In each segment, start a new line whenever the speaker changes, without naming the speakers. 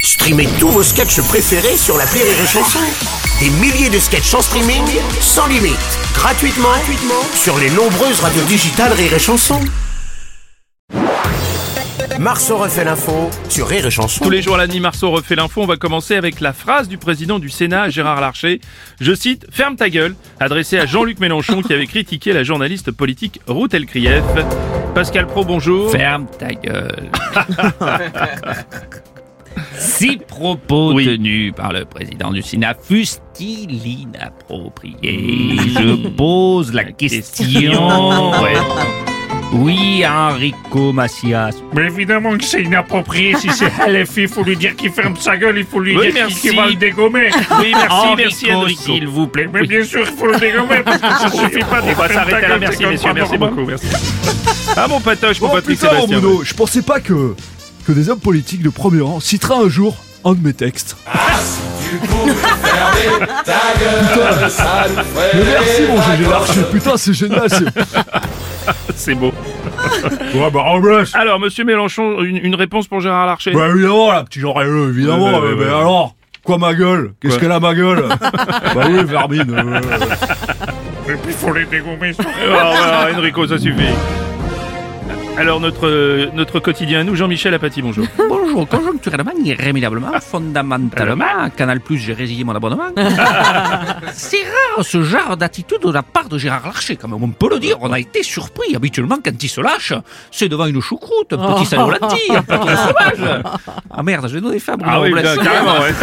Streamez tous vos sketchs préférés sur la Rire et Chanson. Des milliers de sketchs en streaming, sans limite, gratuitement, gratuitement sur les nombreuses radios digitales Rire et Chanson. Marceau refait l'info sur Rire et Chanson.
Tous les jours à la nuit, Marceau refait l'info. On va commencer avec la phrase du président du Sénat, Gérard Larcher. Je cite Ferme ta gueule, adressée à Jean-Luc Mélenchon qui avait critiqué la journaliste politique Ruth Elkrief. Pascal Pro, bonjour.
Ferme ta gueule. Six propos
Oui.
tenus par le président du Sénat fussent-ils inappropriés Je pose la question. Ouais. Oui, à Enrico Macias.
Mais évidemment que c'est inapproprié. Si c'est LFI, il faut lui dire qu'il ferme sa gueule, il faut lui
Oui,
dire qu'il-
merci.
qu'il va le dégommer.
Oui, merci,
Enrico,
merci Enrico.
s'il vous plaît.
Mais bien sûr, il faut le dégommer parce que ça suffit pas de
On va
fermer ta
s'arrêter là.
gueule,
Merci,
c'est comme
messieurs.
pas
Merci
normal.
beaucoup. Merci. Ah, mon patoche, mon
Oh
Patrick
putain,
Sébastien.
Bruno, je pensais pas que, que des hommes politiques de premier rang citeraient un jour un de mes textes. Mais merci mon GG Larcher, putain c'est génial, c'est-
C'est beau.
Ouais bah en blesse
Alors, monsieur Mélenchon, une, une réponse pour Gérard Larcher
Bah évidemment là, petit genre rêveux, évidemment,
Ouais, ouais,
mais,
ouais,
mais
ouais.
alors Quoi ma gueule Qu'est-ce
Quoi
qu'elle a ma gueule Bah oui, Vermine. euh,
Et puis, il faut les dégommer. surtout.
Oh, ouais, Enrico, ça suffit. Alors, notre, euh, notre quotidien à nous, Jean-Michel Apathy, bonjour.
Bonjour, conjoncturellement, irrémédiablement, fondamentalement, à Canal Plus, j'ai résilié mon abonnement. C'est rare ce genre d'attitude de la part de Gérard Larcher, quand même, on peut le dire. On a été surpris. Habituellement, quand il se lâche, c'est devant une choucroute, un petit salé au lentilles, un petit fromage. Ah merde, je vais donner faim, Bruno
Ah oui,
Robles.
bien, carrément, ouais.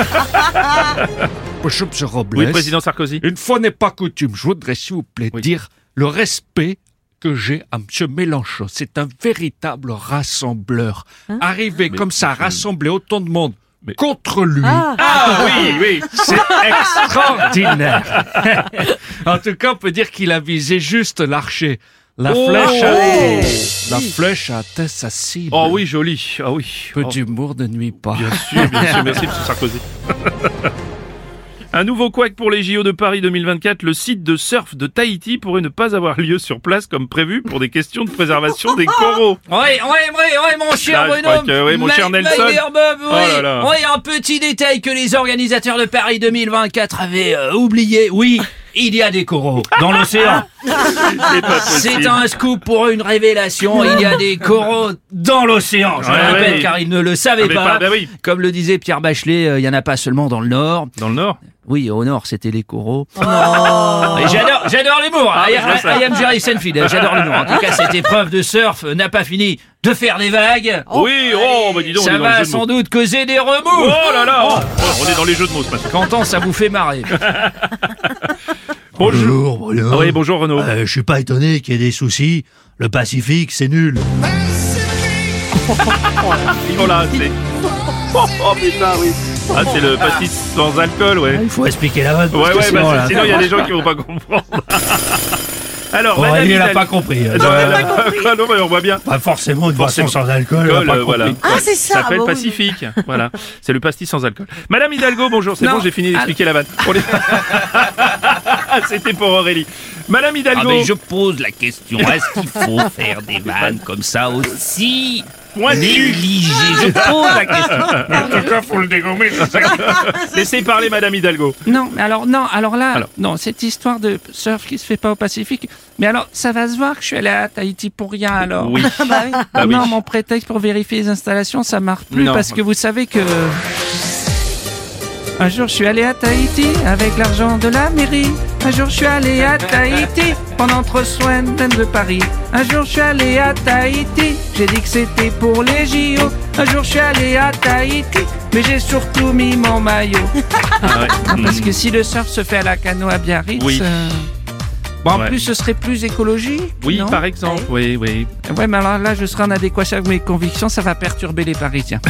Bonjour, monsieur Robles.
Oui, président Sarkozy.
Une fois n'est pas coutume, je voudrais s'il vous plaît
Oui.
dire le respect que j'ai à M. Mélenchon. C'est un véritable rassembleur. Arriver comme ça, à rassembler autant de monde contre lui,
Ah oui, oui.
c'est extraordinaire. en tout cas, on peut dire qu'il a visé juste l'archer. La
Oh.
Oh,
flèche a... La flèche a atteint sa cible.
Oh oui, joli. Ah oui.
Peu
Oh,
d'humour ne nuit pas.
bien sûr, bien sûr. Merci, M. Sarkozy. Un nouveau couac pour les JO de Paris 2024. Le site de surf de Tahiti pourrait ne pas avoir lieu sur place comme prévu pour des questions de préservation des coraux.
Oui, oui, oui, oui, mon cher
Là, je
Bruno.
crois que, oui, mon
Ma-
cher Nelson.
My dear Bob, oui.
Oh là là.
Oui, un petit détail que les organisateurs de Paris 2024 avaient euh, oublié. Oui, il y a des coraux dans l'océan.
C'est pas Ah, possible.
C'est un scoop pour eux, une révélation. Il y a des coraux dans l'océan. Je
Ouais,
le répète,
ouais.
car ils ne le
Ah,
savaient
mais
pas.
pas- bah oui.
Comme le disait Pierre Bachelet, euh, il y en a pas seulement dans le Nord.
Dans le Nord.
Oui, au Nord, c'était les coraux. Et J'adore, j'adore l'humour. I,
je vois ça.
I am Jerry Seinfeld. J'adore l'humour. En tout cas, cette épreuve de surf n'a pas fini de faire des vagues.
oui, oh, bah dis donc, on
Ça
est dans les
va
jeux de mots.
sans doute causer des
Oh
remous.
là là oh. Oh, On est dans les jeux de mots ce matin.
Quentin, ça vous fait marrer.
Bonjour,
Bonjour.
Bruno.
Ah oui, bonjour Renaud.
Euh, je suis pas étonné qu'il y ait des soucis. Le Pacifique, c'est nul.
Oh là, c'est... Oh, oh, putain, oui. Ah, c'est le pastis sans alcool, ouais.
Il faut expliquer la vanne.
Ouais,
parce
ouais,
que
bah,
sinon,
sinon,
là,
sinon, il y a des gens qui vont pas comprendre. Alors,
Aurélie,
madame
elle a
Hidalgo-
pas compris.
Non, elle a pas- Ah, non, mais on voit bien.
Bah, forcément, une boisson
Forcément.
sans alcool, elle a
Alcool,
pas
euh,
compris.
voilà.
Ah, c'est ça,
Ça s'appelle
bah oui.
Pacifique. Voilà. C'est le pastis sans alcool. Madame Hidalgo, bonjour. C'est
Non.
bon, j'ai fini d'expliquer la vanne. On les- C'était pour Aurélie. Madame
Ah,
Hidalgo,
mais je pose la question, est-ce qu'il faut faire des vannes comme ça aussi
pointue.
négligées Je pose la question.
En tout cas, faut le dégommer. c'est ça.
Laissez parler Madame Hidalgo.
Non, mais alors non, alors là,
Alors.
non, cette histoire de surf qui se fait pas au Pacifique. Mais alors, ça va se voir que je suis allé à Tahiti pour rien alors. Ah
Oui. Bah oui.
non, mon prétexte pour vérifier les installations, ça marche plus
Non.
parce que vous savez que un jour je suis allé à Tahiti avec l'argent de la mairie. Un jour je suis allé à Tahiti pendant trois semaines même de Paris. Un jour je suis allé à Tahiti, j'ai dit que c'était pour les JO. Un jour je suis allé à Tahiti, mais j'ai surtout mis mon maillot.
Ah ouais.
Parce que si le surf se fait à la canoë à Biarritz,
Oui.
euh, bon, en
Ouais.
plus ce serait plus écologique.
Oui,
non
par exemple. Oui, oui.
Ouais, mais alors là, je serai en adéquation avec mes convictions, ça va perturber les Parisiens.